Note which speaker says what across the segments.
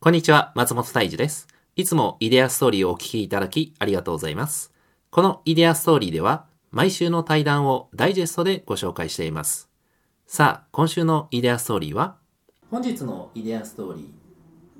Speaker 1: こんにちは、松本泰治です。いつもイデアストーリーをお聞きいただきありがとうございます。このイデアストーリーでは、毎週の対談をダイジェストでご紹介しています。さあ、今週のイデアストーリーは本日のイデアストーリー、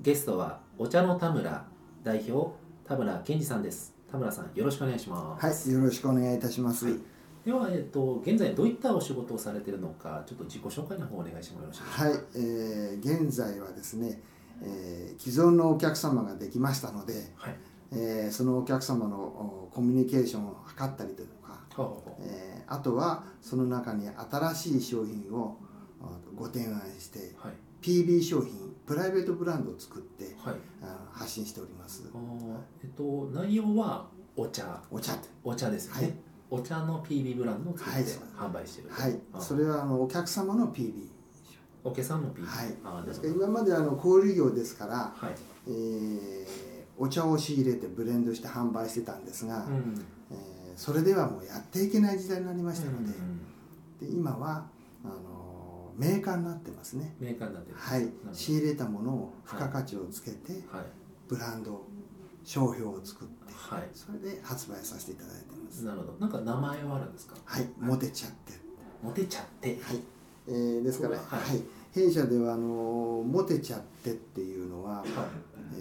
Speaker 1: ゲストはお茶の田村代表、田村健二さんです。田村さん、よろしくお願いします。
Speaker 2: はい、よろしくお願いいたします。はい、
Speaker 1: では、えっと、現在どういったお仕事をされているのか、ちょっと自己紹介の方お願いしてもよろしいですか。
Speaker 2: はい、えー、現在はですね、えー、既存のお客様ができましたので、はい、えー、そのお客様のコミュニケーションを図ったりとか、はえー、あとはその中に新しい商品をご提案して、はい、PB 商品プライベートブランドを作って、はい、あ発信しております、
Speaker 1: えっと、内容はお茶
Speaker 2: お茶
Speaker 1: お茶ですね、はい、お茶の PB ブランドを作って販売してる
Speaker 2: はいそれはあのお客様の PB
Speaker 1: お客さんの PB、
Speaker 2: はい、ですから今まであの小売業ですから、はいえー、お茶を仕入れてブレンドして販売してたんですが、うん、えー、それではもうやっていけない時代になりましたので,うん、で今はあのメーカーになってますね
Speaker 1: メーカーになって
Speaker 2: はい、仕入れたものを付加価値をつけて、はい、ブランド商標を作って、はい、それで発売させていただいてます
Speaker 1: なるほどなんか名前はあるんですか
Speaker 2: はい「モテちゃって」
Speaker 1: モテちゃって
Speaker 2: はいえー、ですから、はい、はい、弊社ではあの「モテちゃって」っていうのは、はい、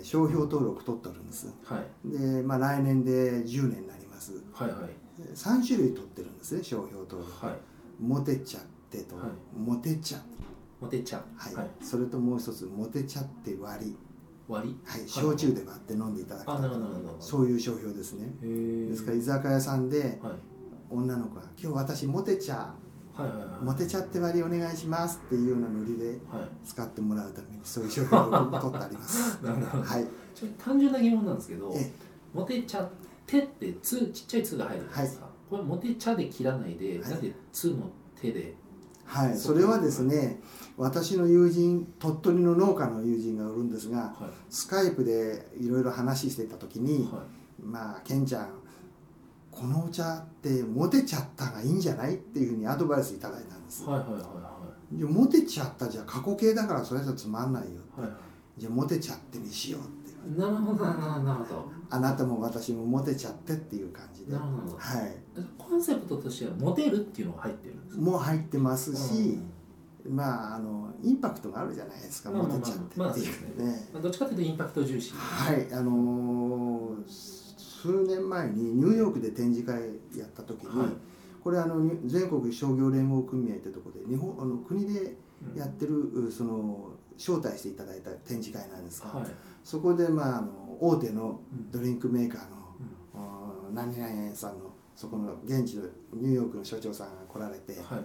Speaker 2: 商標登録取ってるんです、はい、で、まあ、来年で10年になります、はいはい、3種類取ってるんですね商標登録、はい、モテちゃってと、はい、モテちゃ、
Speaker 1: モテちゃはい
Speaker 2: それともう一つモテちゃって割り
Speaker 1: 割り
Speaker 2: はい、焼酎で割って飲んでいただくそういう商標ですねですから居酒屋さんで、女の子が「今日私モテちゃはいはいはい、モテちゃって割りお願いしますっていうようなノリで使ってもらうためにそういう商品を取ってあります
Speaker 1: なるほど、はい、ちょっと単純な疑問なんですけど「モテちゃって」ってつちっちゃい「つ」が入るじゃないですか、はい、これ「モテちゃ」で切らないで、はい、なんで「つ」の手で
Speaker 2: はいそれはですね私の友人鳥取の農家の友人がおるんですが、はい、スカイプでいろいろ話してた時に、はい、まあケンちゃんこのお茶ってモテちゃったがいいんじゃないっていうふうにアドバイスいただいたんです、はいはいはいはいじゃモテちゃったじゃ過去形だからそれじゃつまんないよって、はい、じゃモテちゃってにしようって
Speaker 1: なるほどなるほど
Speaker 2: あなたも私もモテちゃってっていう感じで
Speaker 1: なるほど、はい、コンセプトとしてはモテるっていうのが入ってるんです
Speaker 2: もう入ってますし、うん、まああのインパクトがあるじゃないですか、まあ、モテちゃってっていう
Speaker 1: ね,、まあ、どっちかというとインパクト重視
Speaker 2: はいあのー数年前にニューヨークで展示会やった時に、はい、これあの全国商業連合組合ってとこで日本あの国でやってる、うん、その招待していただいた展示会なんですが、はい、そこで、まあ、あの大手のドリンクメーカーの、うん、何々さんのそこの現地のニューヨークの所長さんが来られて。はい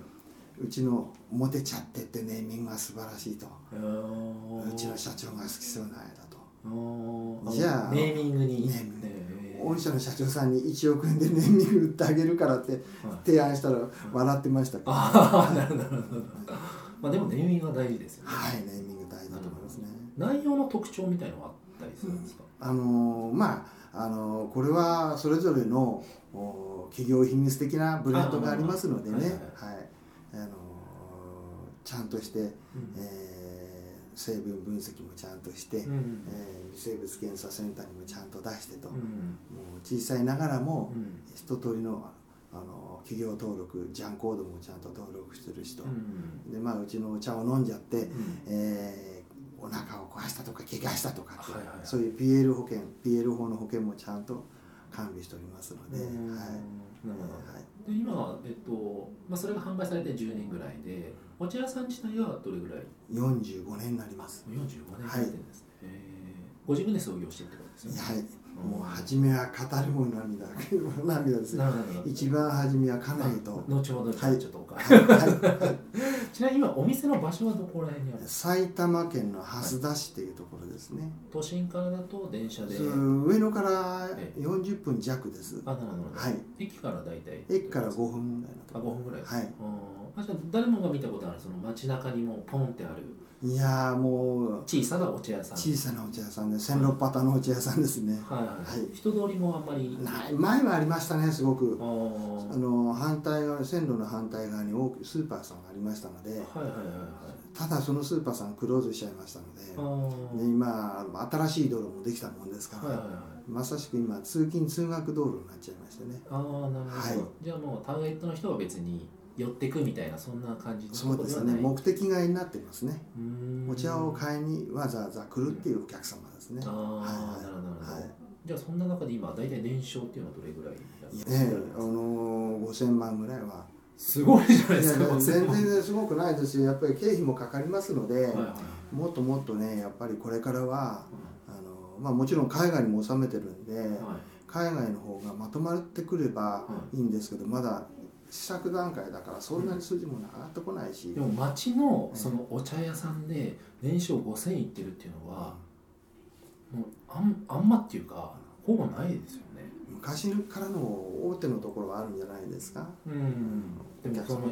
Speaker 2: うちの「モテちゃって」ってネーミングが素晴らしいとうちの社長が好きそうな絵だと
Speaker 1: じゃあネーミングに
Speaker 2: ネーミング御社の社長さんに1億円でネーミング売ってあげるからって提案したら笑ってましたけど、
Speaker 1: ああなるほどまあでもネーミングは大事ですよね
Speaker 2: はいネーミング大事だと思いますね
Speaker 1: 内容の特徴みたいのはあったりするんですか、、
Speaker 2: うん、あのー、まあ、あのー、これはそれぞれのお企業秘密的なブレンドがありますのでねちゃんとして、うん、えー、成分分析もちゃんとして、うん、えー、微生物検査センターにもちゃんと出してと、うん、もう小さいながらも、うん、一通りのあの企業登録ジャンコードもちゃんと登録してる人、うん、でまあうちのお茶を飲んじゃって、うん、えー、お腹を壊したとか怪我したとか、はいはい、そういう PL 保険 PL 法の保険もちゃんと完備しておりますので。はい
Speaker 1: で今、えっとまあ、それが販売されて10年ぐらいでお茶屋さん自体はどれぐらい
Speaker 2: 45年になります
Speaker 1: 45年やってんですね、はい、ご自分で創業してってことですよね
Speaker 2: はいもう初めは語りも涙 涙です一番初めは家内と
Speaker 1: 後ほどちょっとお伺い、はい、ちなみに今お店の場所はどこら辺にある
Speaker 2: 埼玉県の蓮田市っていうところですね、
Speaker 1: 都心からだと電車で
Speaker 2: 上野から40分弱です
Speaker 1: あなるほど、はい、駅から大体
Speaker 2: 駅から5分ぐらい
Speaker 1: あ5分ぐらいはいあじゃ誰もが見たことあるその街中にもポンってある
Speaker 2: いやーもう
Speaker 1: 小さなお茶屋さん
Speaker 2: 小さなお茶屋さんで千六パタのお茶屋さんですね
Speaker 1: はいはい、
Speaker 2: はい
Speaker 1: 人通りもあんまり
Speaker 2: ない前はありましたねすご
Speaker 1: あ
Speaker 2: く
Speaker 1: ー
Speaker 2: あの反対側線路の反対側に多くスーパーさんがありましたので
Speaker 1: はいはいはいはい
Speaker 2: ただそのスーパーさんクローズしちゃいましたので
Speaker 1: あー
Speaker 2: で今新しい道路もできたもんですか
Speaker 1: は
Speaker 2: ら、
Speaker 1: いはいはい
Speaker 2: まさしく今通勤通学道路になっちゃいましてね
Speaker 1: ああなるほど、
Speaker 2: はい
Speaker 1: じゃあもうターゲットの人は別に寄ってくみたいなそんな感じの
Speaker 2: そうです
Speaker 1: と
Speaker 2: ね
Speaker 1: ころはない
Speaker 2: 目的買いになってますね
Speaker 1: うーん
Speaker 2: お茶を買いにわざわざ来るっていうお客様ですね、
Speaker 1: ああ、
Speaker 2: はいはい
Speaker 1: なるほどなるほど、
Speaker 2: はい
Speaker 1: じゃあそんな中で今大体年商っていうのはどれぐらいやって
Speaker 2: え
Speaker 1: るん
Speaker 2: え
Speaker 1: ですか
Speaker 2: あのー、5000万ぐらいは
Speaker 1: すごいじゃない
Speaker 2: い
Speaker 1: で
Speaker 2: や
Speaker 1: すか
Speaker 2: 全
Speaker 1: 5000万
Speaker 2: 然すごくないですしやっぱり経費もかかりますので、
Speaker 1: はいはい
Speaker 2: もっともっとねやっぱりこれからはあの、まあ、もちろん海外にも収めてるんで、
Speaker 1: はい
Speaker 2: 海外の方がまとまってくればいいんですけど、まだ試作段階だからそんなに数字も上がってこないし、
Speaker 1: でも町のそのお茶屋さんで年商5000いってるっていうのはもうあんあんまっていうかほぼないですよね
Speaker 2: 昔からの大手のところはあるんじゃないですか、
Speaker 1: うんでもその1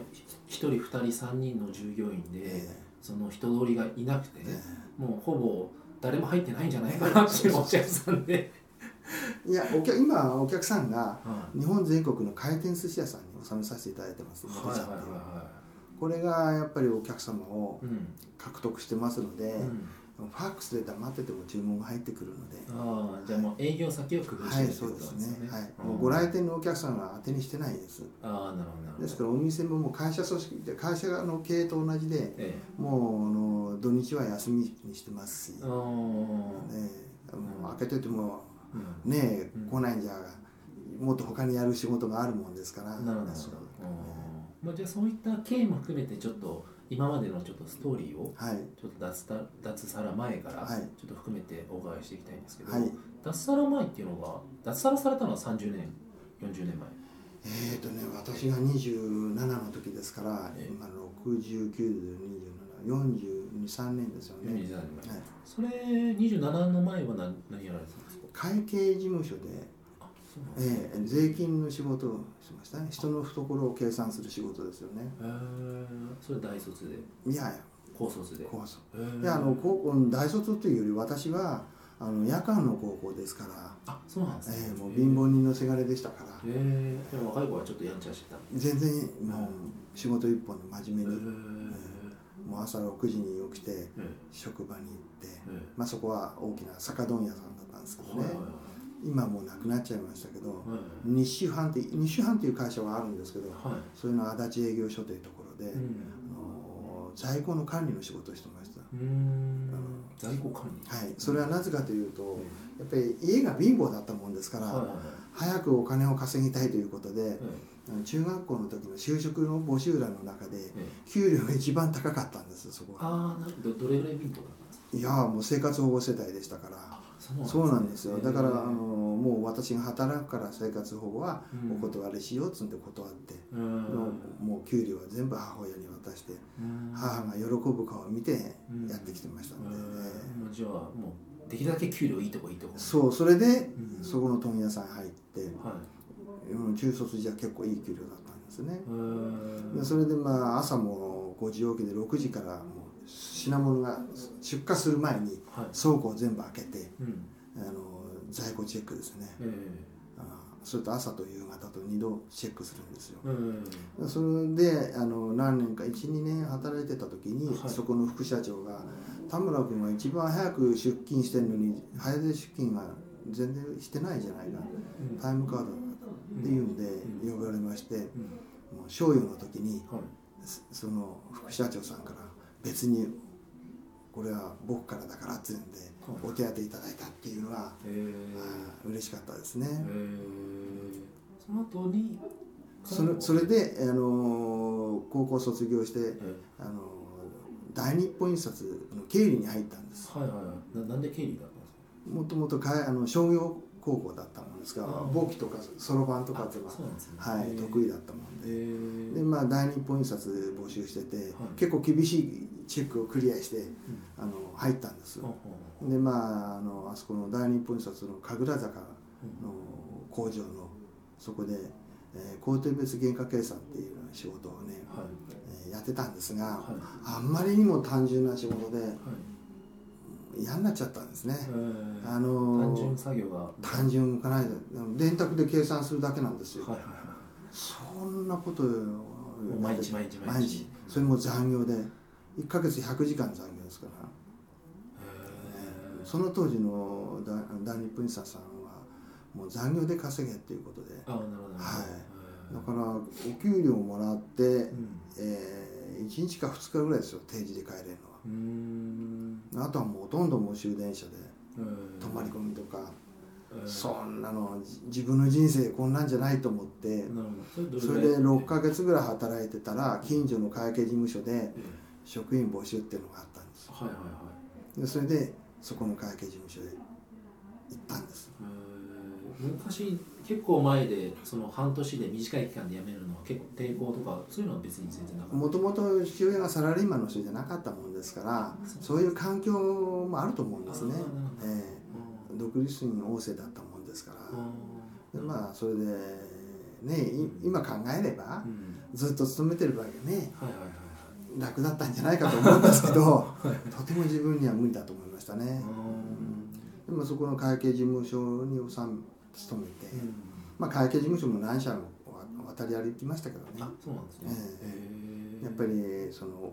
Speaker 1: 人2人3人の従業員で、その人通りがいなくて、
Speaker 2: え
Speaker 1: もうほぼ誰も入ってないんじゃないかなっていうお茶屋さんで、
Speaker 2: えいやお客今お客さんが
Speaker 1: は
Speaker 2: 日本全国の回転寿司屋さんに納めさせていただいてます
Speaker 1: い、
Speaker 2: ね
Speaker 1: はいはい
Speaker 2: お茶っていうのは
Speaker 1: は
Speaker 2: これがやっぱりお客様を
Speaker 1: いうん、
Speaker 2: 獲得してますので、
Speaker 1: うん、
Speaker 2: ファックスで黙ってても注文が入ってくるので、
Speaker 1: ああじゃあもう営業先を工夫し
Speaker 2: は
Speaker 1: て
Speaker 2: い
Speaker 1: るって
Speaker 2: そ
Speaker 1: こ
Speaker 2: う
Speaker 1: と
Speaker 2: です
Speaker 1: なんですよ
Speaker 2: ね
Speaker 1: ね、
Speaker 2: はい、
Speaker 1: ん
Speaker 2: もうご来店のお客さんが当てにしてないです
Speaker 1: ああなるほどなるほど
Speaker 2: ですからお店ももう会社組織で会社の経営と同じで
Speaker 1: ええ
Speaker 2: もうあの土日は休みにしてますし、
Speaker 1: ああ、うん
Speaker 2: ね、もう開けてても
Speaker 1: うん
Speaker 2: ね
Speaker 1: うん
Speaker 2: 来ないんじゃもっと他にやる仕事があるもんですから
Speaker 1: なるほどなる
Speaker 2: そ
Speaker 1: ほ
Speaker 2: う
Speaker 1: ど、うんまあ、じゃあそういった経緯も含めてちょっと今までのちょっとストーリーを
Speaker 2: はい
Speaker 1: ちょっと脱た脱サラ前から
Speaker 2: はい
Speaker 1: ちょっと含めてお伺いしていきたいんですけど、
Speaker 2: はい
Speaker 1: 脱サラ前っていうのが脱サラされたのは30年40年前
Speaker 2: えー、とね私が27の時ですから
Speaker 1: ええ
Speaker 2: 今69で2743年ですよね、
Speaker 1: 27年前
Speaker 2: はい、
Speaker 1: それ27の前は何何やられてたんですか
Speaker 2: 会計事務所で、
Speaker 1: あそうなんですね
Speaker 2: ええ税金の仕事をしましたね人の懐を計算する仕事ですよね
Speaker 1: へえそれ大卒で
Speaker 2: いやいや
Speaker 1: 高卒でへ
Speaker 2: 高卒
Speaker 1: え
Speaker 2: であの高校の大卒というより私はあの夜間の高校ですから、
Speaker 1: あそうなんですね
Speaker 2: ええもう貧乏人のせがれでしたから、
Speaker 1: へえじゃあ若い子はちょっとやんちゃしてたへ
Speaker 2: 全然もう仕事一本で真面
Speaker 1: え
Speaker 2: 目に、もう朝6時に起きて
Speaker 1: ええ
Speaker 2: 職場に行って、
Speaker 1: え
Speaker 2: まあ、そこは大きな酒問屋さんだったんですけ
Speaker 1: え
Speaker 2: どね、
Speaker 1: はいはいはい
Speaker 2: 今もうなくなっちゃいましたけど、
Speaker 1: はい
Speaker 2: 日周藩って日周藩っていう会社はあるんですけど、
Speaker 1: はい
Speaker 2: そういうのは足立営業所というところで、
Speaker 1: うん
Speaker 2: あの在庫の管理の仕事をしてました、
Speaker 1: うーん在庫管理
Speaker 2: はい、それはなぜかというと、
Speaker 1: うん
Speaker 2: やっぱり家が貧乏だったもんですから、
Speaker 1: はいはいはい
Speaker 2: 早くお金を稼ぎたいということで
Speaker 1: え、
Speaker 2: あの中学校の時の就職の募集欄の中で
Speaker 1: えええ
Speaker 2: 給料が一番高かったんですそこは
Speaker 1: ああなるほどどれぐらい貧乏だったんですか
Speaker 2: いやーもう生活保護世帯でしたから
Speaker 1: あそうなんですね
Speaker 2: そうなんですよだからあ
Speaker 1: へえ
Speaker 2: のーもう私が働くから生活保護は
Speaker 1: うん
Speaker 2: お断りしようっつんで断って、
Speaker 1: う
Speaker 2: も
Speaker 1: ん
Speaker 2: うもう給料は全部母親に渡して、
Speaker 1: うん
Speaker 2: 母が喜ぶ顔を見て
Speaker 1: うん
Speaker 2: やってきてました
Speaker 1: え
Speaker 2: ので、
Speaker 1: ーもうじゃあもうできるだけ給料いいとこいいとこ
Speaker 2: そうそれで、
Speaker 1: うん
Speaker 2: そこの問屋さん入って、
Speaker 1: はい
Speaker 2: うん中卒じゃ結構いい給料だったんですね、
Speaker 1: うーん
Speaker 2: でそれでまあ朝も5時起きで6時からもう品物が出荷する前に
Speaker 1: はい
Speaker 2: 倉庫を全部開けて
Speaker 1: うん
Speaker 2: あの在庫チェックですね
Speaker 1: え
Speaker 2: あそれと朝と夕方と2度チェックするんですよ
Speaker 1: えうん
Speaker 2: それであの何年か12年働いてた時に、
Speaker 1: はい
Speaker 2: そこの副社長が田村君は一番早く出勤してるのに早出出勤が全然してないじゃないか
Speaker 1: うん
Speaker 2: タイムカードだっていうんで呼ばれまして
Speaker 1: うん
Speaker 2: もう賞与の時に
Speaker 1: はい
Speaker 2: そその副社長さんから別にこれは僕からだからって言うんで
Speaker 1: はい
Speaker 2: お手当ていただいたっていうのは、
Speaker 1: えー
Speaker 2: あー嬉しかったです
Speaker 1: え
Speaker 2: ね。
Speaker 1: ーその後に
Speaker 2: それそれで、あのー高校卒業して
Speaker 1: え、ー
Speaker 2: あのー大日本印刷の経理に入ったんです
Speaker 1: はいはいはいななんで経理だったんですか
Speaker 2: もともとかいあの商業高校だったもんですから
Speaker 1: あー
Speaker 2: 簿記とかそろばんとかっていうの
Speaker 1: あそうなんですね
Speaker 2: は、はい、得意だったもん
Speaker 1: え
Speaker 2: で
Speaker 1: ー
Speaker 2: で、まあ、大日本印刷募集してて、結構厳しいチェックをクリアして
Speaker 1: うん
Speaker 2: あの入ったんです
Speaker 1: ほうほう
Speaker 2: でまああのあそこの大日本印刷の神楽坂の
Speaker 1: ほう
Speaker 2: 工場のそこで、ええー工程別原価計算っていうような仕事をね、えーやってたんですが、あんまりにも単純な仕事で嫌になっちゃったんですね、あの
Speaker 1: 単
Speaker 2: ー
Speaker 1: 純作業がは
Speaker 2: 単純向かないで電卓で計算するだけなんです
Speaker 1: い
Speaker 2: よ、
Speaker 1: はいは
Speaker 2: そんなこと
Speaker 1: いもう毎日毎日
Speaker 2: 毎日それも残業で1ヶ月100時間残業ですから、
Speaker 1: へー
Speaker 2: その当時のだ大日本社さんはもう残業で稼げっていうことでだ
Speaker 1: あなるほどなるほど
Speaker 2: はい
Speaker 1: へー
Speaker 2: からお給料もらって
Speaker 1: う、ん
Speaker 2: えー1日か2日ぐらいですよ定時で帰れるの
Speaker 1: うーん
Speaker 2: はあとはもうほとんどもう終電車で
Speaker 1: へー
Speaker 2: 泊まり込みとか、
Speaker 1: へー
Speaker 2: そんなのじ自分の人生こんなんじゃないと思って、
Speaker 1: なるほど
Speaker 2: それで6ヶ月ぐらい働いてたら近所の会計事務所で
Speaker 1: うん
Speaker 2: 職員募集っていうのがあったんです
Speaker 1: はいはいはい
Speaker 2: でそれでそこの会計事務所で行ったんです
Speaker 1: へー昔結構前でその半年で短い期間で辞めるのは結構抵抗とかそういうのは別に全然なかっ
Speaker 2: もともと父親がサラリーマンの人じゃなかったもんですからそういう環境もあると思うんですね
Speaker 1: あーなるほ、
Speaker 2: ええ独立心旺盛だったもんですか
Speaker 1: た
Speaker 2: らでまあそれでねい今考えれば
Speaker 1: うん
Speaker 2: ずっと勤めてるわけね
Speaker 1: はいはいはい
Speaker 2: 楽だったんじゃないかと思うんです けどとても自分には無理だと思いましたね、
Speaker 1: はい
Speaker 2: でもそこの会計事務所におさん勤めて、まあ、会計事務所も何社も渡り歩きましたけど
Speaker 1: あ
Speaker 2: ね
Speaker 1: そうなんですねへー
Speaker 2: やっぱりその、うん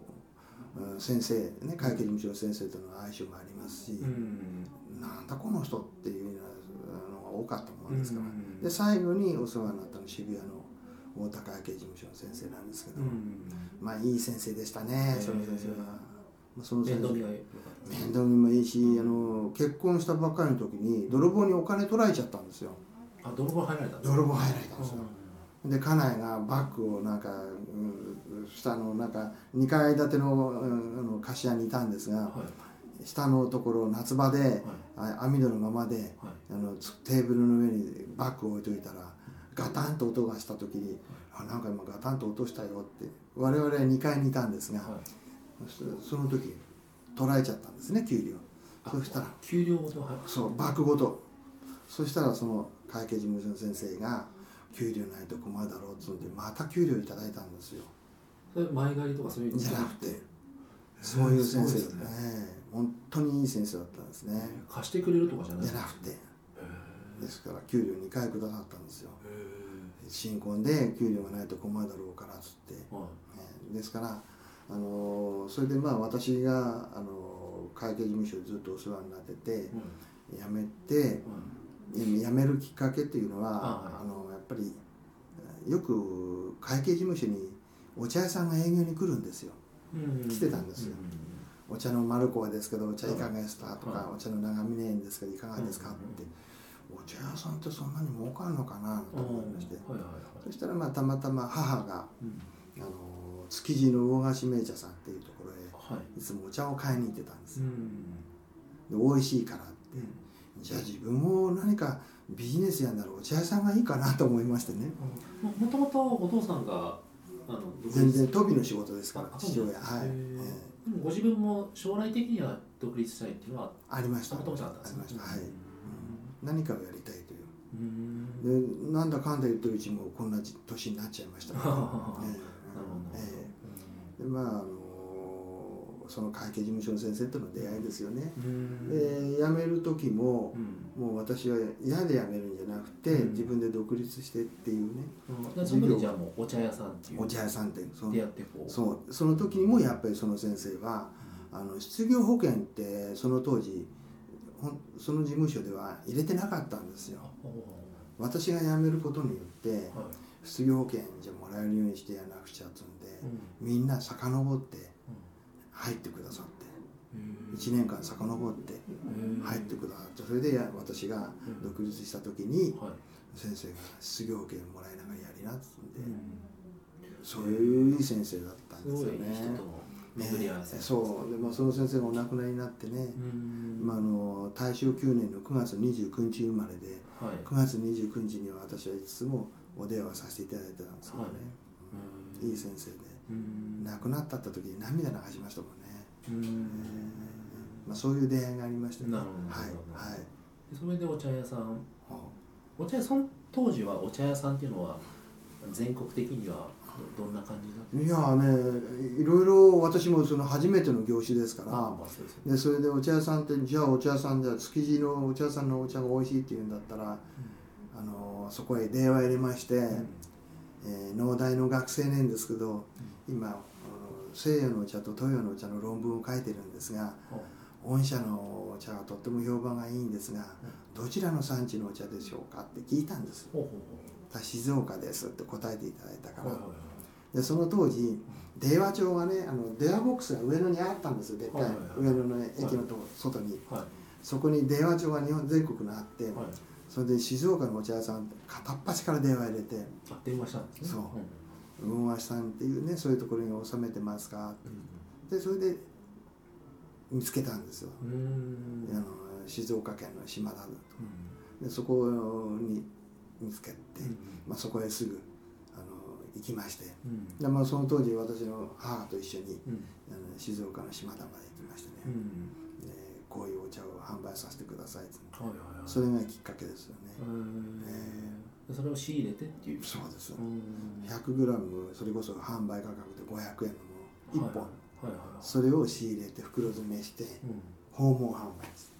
Speaker 2: 先生ね会計事務所の先生との相性もありますし、
Speaker 1: うん
Speaker 2: なんだこの人っていうようなのが多かったもんですから、
Speaker 1: うん
Speaker 2: で最後にお世話になったの渋谷の太田会計事務所の先生なんですけど、
Speaker 1: うん
Speaker 2: まあいい先生でしたね、
Speaker 1: へー
Speaker 2: その先生は。まあその先
Speaker 1: 面
Speaker 2: 生
Speaker 1: 倒見が良かった
Speaker 2: 面倒見もいいしあの結婚したばっかりの時に泥棒にお金取られちゃったんですよ
Speaker 1: あ泥棒入られたんですか
Speaker 2: 泥棒入られたんですよ
Speaker 1: う
Speaker 2: で家内がバッグをなんか、うん下のなんか2階建ての,、うんあの菓子屋にいたんです
Speaker 1: ん
Speaker 2: が
Speaker 1: はい
Speaker 2: 下のところ夏場であ網戸のままで
Speaker 1: はい
Speaker 2: あのつテーブルの上にバッグを置いといたらガタンと音がした時に「あなんか今ガタンと落としたよ」って我々は2階にいたんですが、
Speaker 1: はいはい
Speaker 2: そその時取られちゃったんですね給料
Speaker 1: あ
Speaker 2: そしたら
Speaker 1: 給料ごと入る
Speaker 2: そうバッグごとそしたらその会計事務所の先生が給料ないと困るだろうっつうんでまた給料いただいたんですよ
Speaker 1: それ前借りとかそういうの
Speaker 2: じゃなくてそういう先生だったね本当にいい先生だったんですね
Speaker 1: 貸してくれるとかじゃない
Speaker 2: じゃなくてですから給料2回くださったんですよ新婚で給料がないと困るだろうからっつって、ね
Speaker 1: は
Speaker 2: ですからあのそれでまあ私があの会計事務所ずっとお世話になってて
Speaker 1: いうん
Speaker 2: 辞めて辞めるきっかけっていうのは
Speaker 1: はい
Speaker 2: あのやっぱりよく会計事務所にお茶屋さんが営業に来るんですよ
Speaker 1: うん
Speaker 2: 来てたんですよお茶の丸子はですけどお茶いかがですかとか
Speaker 1: は
Speaker 2: お茶の長峰園ですけどいかがですかっ
Speaker 1: うん
Speaker 2: てお茶屋さんってそんなに儲かるのかな
Speaker 1: う
Speaker 2: と
Speaker 1: んうん
Speaker 2: 思
Speaker 1: う
Speaker 2: い
Speaker 1: ん
Speaker 2: まして
Speaker 1: はいはいはい
Speaker 2: そしたらまあたまたま母が
Speaker 1: うん
Speaker 2: あの築地の魚菓子名茶さんっていうところへ
Speaker 1: はい
Speaker 2: いつもお茶を買いに行ってたんです
Speaker 1: う
Speaker 2: で
Speaker 1: ん
Speaker 2: 美味しいからじゃあ自分も何かビジネスやんならお茶屋さんがいいかなと思いましてね
Speaker 1: ももともとお父さんがあの
Speaker 2: 全然飛びの仕事ですか
Speaker 1: あ
Speaker 2: ら
Speaker 1: そう
Speaker 2: 父
Speaker 1: なん
Speaker 2: 親
Speaker 1: です
Speaker 2: は
Speaker 1: へ
Speaker 2: い、え
Speaker 1: ー
Speaker 2: え
Speaker 1: でもご自分も将来的には独立したいっていうのは
Speaker 2: ありました
Speaker 1: もともとあったんで
Speaker 2: あ
Speaker 1: す
Speaker 2: りましたはい、
Speaker 1: う
Speaker 2: 何かをやりたいとい
Speaker 1: ん
Speaker 2: うでなんだかんだ言ってるうちもうこんなじ年になっちゃいましたからええええでまああのその会計事務所の先生との出会いですよね、
Speaker 1: うん
Speaker 2: で辞める時も
Speaker 1: う、ん
Speaker 2: もう私は嫌で辞めるんじゃなくて、
Speaker 1: うん
Speaker 2: 自分で独立してっていうね
Speaker 1: でそこでじゃあもうお茶屋さんっていう
Speaker 2: お茶屋さんっていうその
Speaker 1: 出会ってこう
Speaker 2: そうその時にもやっぱりその先生はあの失業保険ってその当時ほんその事務所では入れてなかったんですよ
Speaker 1: あお
Speaker 2: 私が辞めることによって
Speaker 1: ーはい
Speaker 2: 失業保険じゃもらえるようにしてやらなくちゃっつうんでみんな遡って入ってくださって
Speaker 1: うん
Speaker 2: 1年間遡って
Speaker 1: うん
Speaker 2: 入ってくださってそれでや私が独立した時に
Speaker 1: はい
Speaker 2: 先生が失業保険もらいながらやりなっつうんで
Speaker 1: うん
Speaker 2: そういういい先生だったん
Speaker 1: す
Speaker 2: で
Speaker 1: ご
Speaker 2: す
Speaker 1: い
Speaker 2: よ
Speaker 1: 人
Speaker 2: ね
Speaker 1: と。の巡り合わせ、
Speaker 2: ねそうで、まあ、その先生がお亡くなりになってね、
Speaker 1: うん
Speaker 2: まあ、あの大正9年の9月29日生まれで
Speaker 1: はい
Speaker 2: 9月29日には私はいつもお電話させていただいてたんですけどね、
Speaker 1: うん
Speaker 2: いい先生で
Speaker 1: うん
Speaker 2: 亡くなったった時に涙流しましたもんね、
Speaker 1: うん
Speaker 2: まあ、そういう出会いがありましたね
Speaker 1: な
Speaker 2: は
Speaker 1: るほど
Speaker 2: いはい
Speaker 1: それでお茶屋さん
Speaker 2: ほ
Speaker 1: お茶屋さん当時はお茶屋さんっていうのは全国的にはどどんな感じだった
Speaker 2: いやねいろいろ私もその初めての業種ですから、
Speaker 1: あそうですね
Speaker 2: でそれでお茶屋さんってじゃあお茶屋さんでは築地のお茶屋さんのお茶が美味しいって言うんだったら、あのそこへ電話入れまして、えー農大の学生なんですけど、今あの西洋のお茶と東洋のお茶の論文を書いてるんですが
Speaker 1: あ
Speaker 2: 御社のお茶がとっても評判がいいんですがどちらの産地のお茶でしょうかって聞いたんです
Speaker 1: ほうほう
Speaker 2: 「静岡です」って答えていただいたか
Speaker 1: ほうはい
Speaker 2: ら
Speaker 1: はいはい
Speaker 2: でその当時電話帳がねあの電話ボックスが上野にあったんですよでっかい、
Speaker 1: はいはいはい
Speaker 2: 上野の駅のとこ外に、
Speaker 1: はい
Speaker 2: そこに電話帳が日本全国のあって、
Speaker 1: はい
Speaker 2: それで静岡のお茶屋さん片っ端から電話入れて
Speaker 1: あ電話したんですね
Speaker 2: そうん「文和さんっていうねそういうところに収めてますか?」でそれで見つけたんですよ、
Speaker 1: うんうん
Speaker 2: あの静岡県の島田だと
Speaker 1: うん
Speaker 2: でそこに見つけて、
Speaker 1: う
Speaker 2: まあ、そこへすぐあの行きまして
Speaker 1: ん
Speaker 2: で、まあ、その当時私の母と一緒に
Speaker 1: うん
Speaker 2: あの静岡の島田まで行きましてね、
Speaker 1: うん
Speaker 2: でこういうお茶を販売させてくださいって
Speaker 1: はいはいはい
Speaker 2: それがきっかけですよね、
Speaker 1: うんそれを仕入れてっていう
Speaker 2: そうです
Speaker 1: うんは
Speaker 2: 100g それこそ販売価格で500円
Speaker 1: い
Speaker 2: のもの1本、
Speaker 1: はいはいはい
Speaker 2: それを仕入れて袋詰めして
Speaker 1: うん
Speaker 2: 訪問販売です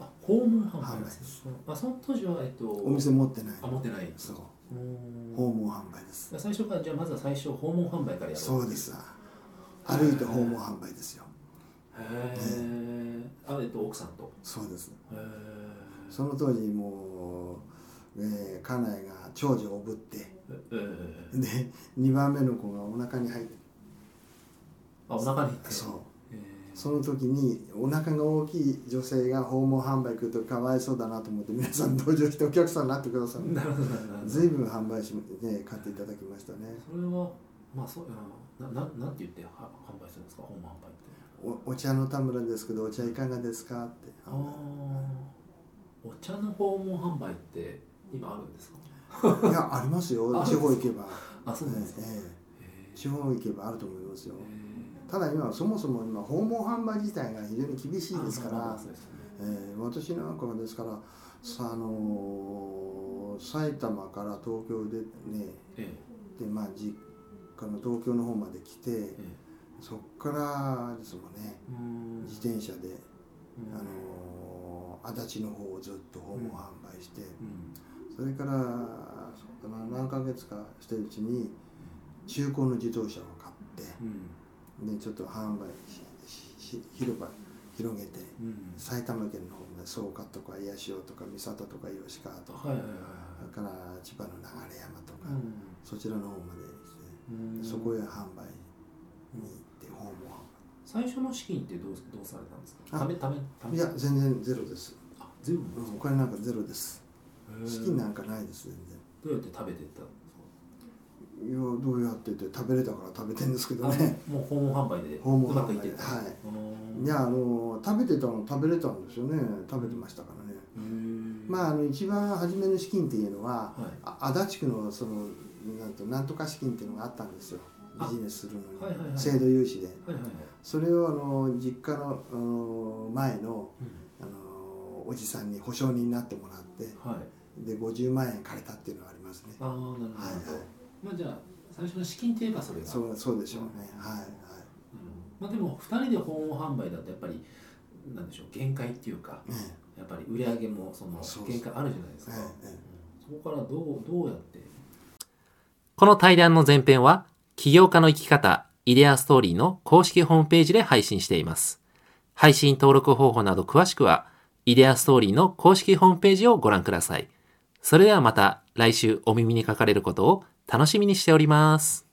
Speaker 1: あ訪問販売
Speaker 2: 販売
Speaker 1: ですねあその当時はえっと
Speaker 2: お店持ってない
Speaker 1: あ持ってない
Speaker 2: そう
Speaker 1: うん
Speaker 2: 訪問販売です
Speaker 1: 最初からじゃあまずは最初訪問販売からやろう
Speaker 2: そうです歩いて訪問販売ですよ
Speaker 1: へえあえっと奥さんと
Speaker 2: そうです
Speaker 1: へえ
Speaker 2: その当時もう、えー家内が長女をおぶって
Speaker 1: ええ
Speaker 2: で2番目の子がお腹に入って
Speaker 1: あお腹に
Speaker 2: そう
Speaker 1: へえ
Speaker 2: その時にお腹が大きい女性が訪問販売来るとかわいそうだなと思って皆さん同情してお客さんになってください
Speaker 1: なるほどなるほど
Speaker 2: 随分販売し、ね、買っていただきましたね
Speaker 1: それはまあそうあなななんて言っては販売するんですか訪問販売って
Speaker 2: おお茶の田村ですけどお茶いかがですかって
Speaker 1: ああお茶の訪問販売って今あるんですか
Speaker 2: いやありますよ
Speaker 1: あ
Speaker 2: 地方行けば、
Speaker 1: あそうなんですか、
Speaker 2: ええ
Speaker 1: へ
Speaker 2: え
Speaker 1: ー
Speaker 2: 地方行けばあると思いますよ
Speaker 1: へ
Speaker 2: ただ今はそもそも今訪問販売自体が非常に厳しい
Speaker 1: ー
Speaker 2: ですか
Speaker 1: あまあ
Speaker 2: ら
Speaker 1: そうですよね
Speaker 2: えー私なんかはですからさあのー埼玉から東京でね
Speaker 1: え
Speaker 2: でまあ実家の東京の方まで来て
Speaker 1: ええ
Speaker 2: そこからですもんね
Speaker 1: えうん
Speaker 2: 自転車で、
Speaker 1: うん
Speaker 2: あのー足立の方をずっと訪問販売して、
Speaker 1: うん
Speaker 2: それからそうだな何ヶ月かしてるうちに中古の自動車を買って
Speaker 1: うん
Speaker 2: でちょっと販売ししし広場広げて
Speaker 1: うん
Speaker 2: 埼玉県の方で草加とか八潮とか三郷とか吉川とか
Speaker 1: はいはいはいは
Speaker 2: それから千葉の流山とか、
Speaker 1: いうん
Speaker 2: そちらの方まで来て。
Speaker 1: うん
Speaker 2: そこへ販売に行って訪問
Speaker 1: 最初の資金ってどうどうされたんですか
Speaker 2: あ
Speaker 1: ためためた
Speaker 2: 販売
Speaker 1: め
Speaker 2: いや全然ゼロです、
Speaker 1: あ全部
Speaker 2: うん、お金なんかゼロです資金なんかないです全
Speaker 1: どうやって食べてったんですか
Speaker 2: 然いやどうやってって食べれたから食べてんですけどね
Speaker 1: あもう訪問販売で
Speaker 2: 訪問販売
Speaker 1: うまくいってた
Speaker 2: はい
Speaker 1: い
Speaker 2: いやあの食べてたの食べれたんですよね食べてましたからね、まああの一番初めの資金っていうのは、
Speaker 1: はい
Speaker 2: あ足立区のそのなんとなんとか資金っていうのがあったんですよビジネスするのに、
Speaker 1: はいはいはい
Speaker 2: 制度融資で
Speaker 1: はいはいはい
Speaker 2: それをあの実家のあの
Speaker 1: う
Speaker 2: 前の
Speaker 1: ん
Speaker 2: あのおじさんに保証人になってもらって
Speaker 1: はい
Speaker 2: で50万円借りたっていうのはありますね
Speaker 1: ああなるほど、
Speaker 2: はいはい
Speaker 1: まあじゃあ最初の資金といえばそれが
Speaker 2: そ
Speaker 1: うん
Speaker 2: うそうでしょうねはいはい
Speaker 1: まあでも2人で訪問販売だとやっぱりなんでしょう限界っていうか
Speaker 2: え
Speaker 1: やっぱり売り上げもその
Speaker 2: そうそう
Speaker 1: 限界あるじゃないです
Speaker 2: え
Speaker 1: か
Speaker 2: ええ
Speaker 1: うんそこからどうどうやって
Speaker 3: この対談の前編は、起業家の生き方、イデアストーリーの公式ホームページで配信しています。配信登録方法など詳しくは、イデアストーリーの公式ホームページをご覧ください。それではまた来週お耳にかかれることを楽しみにしております。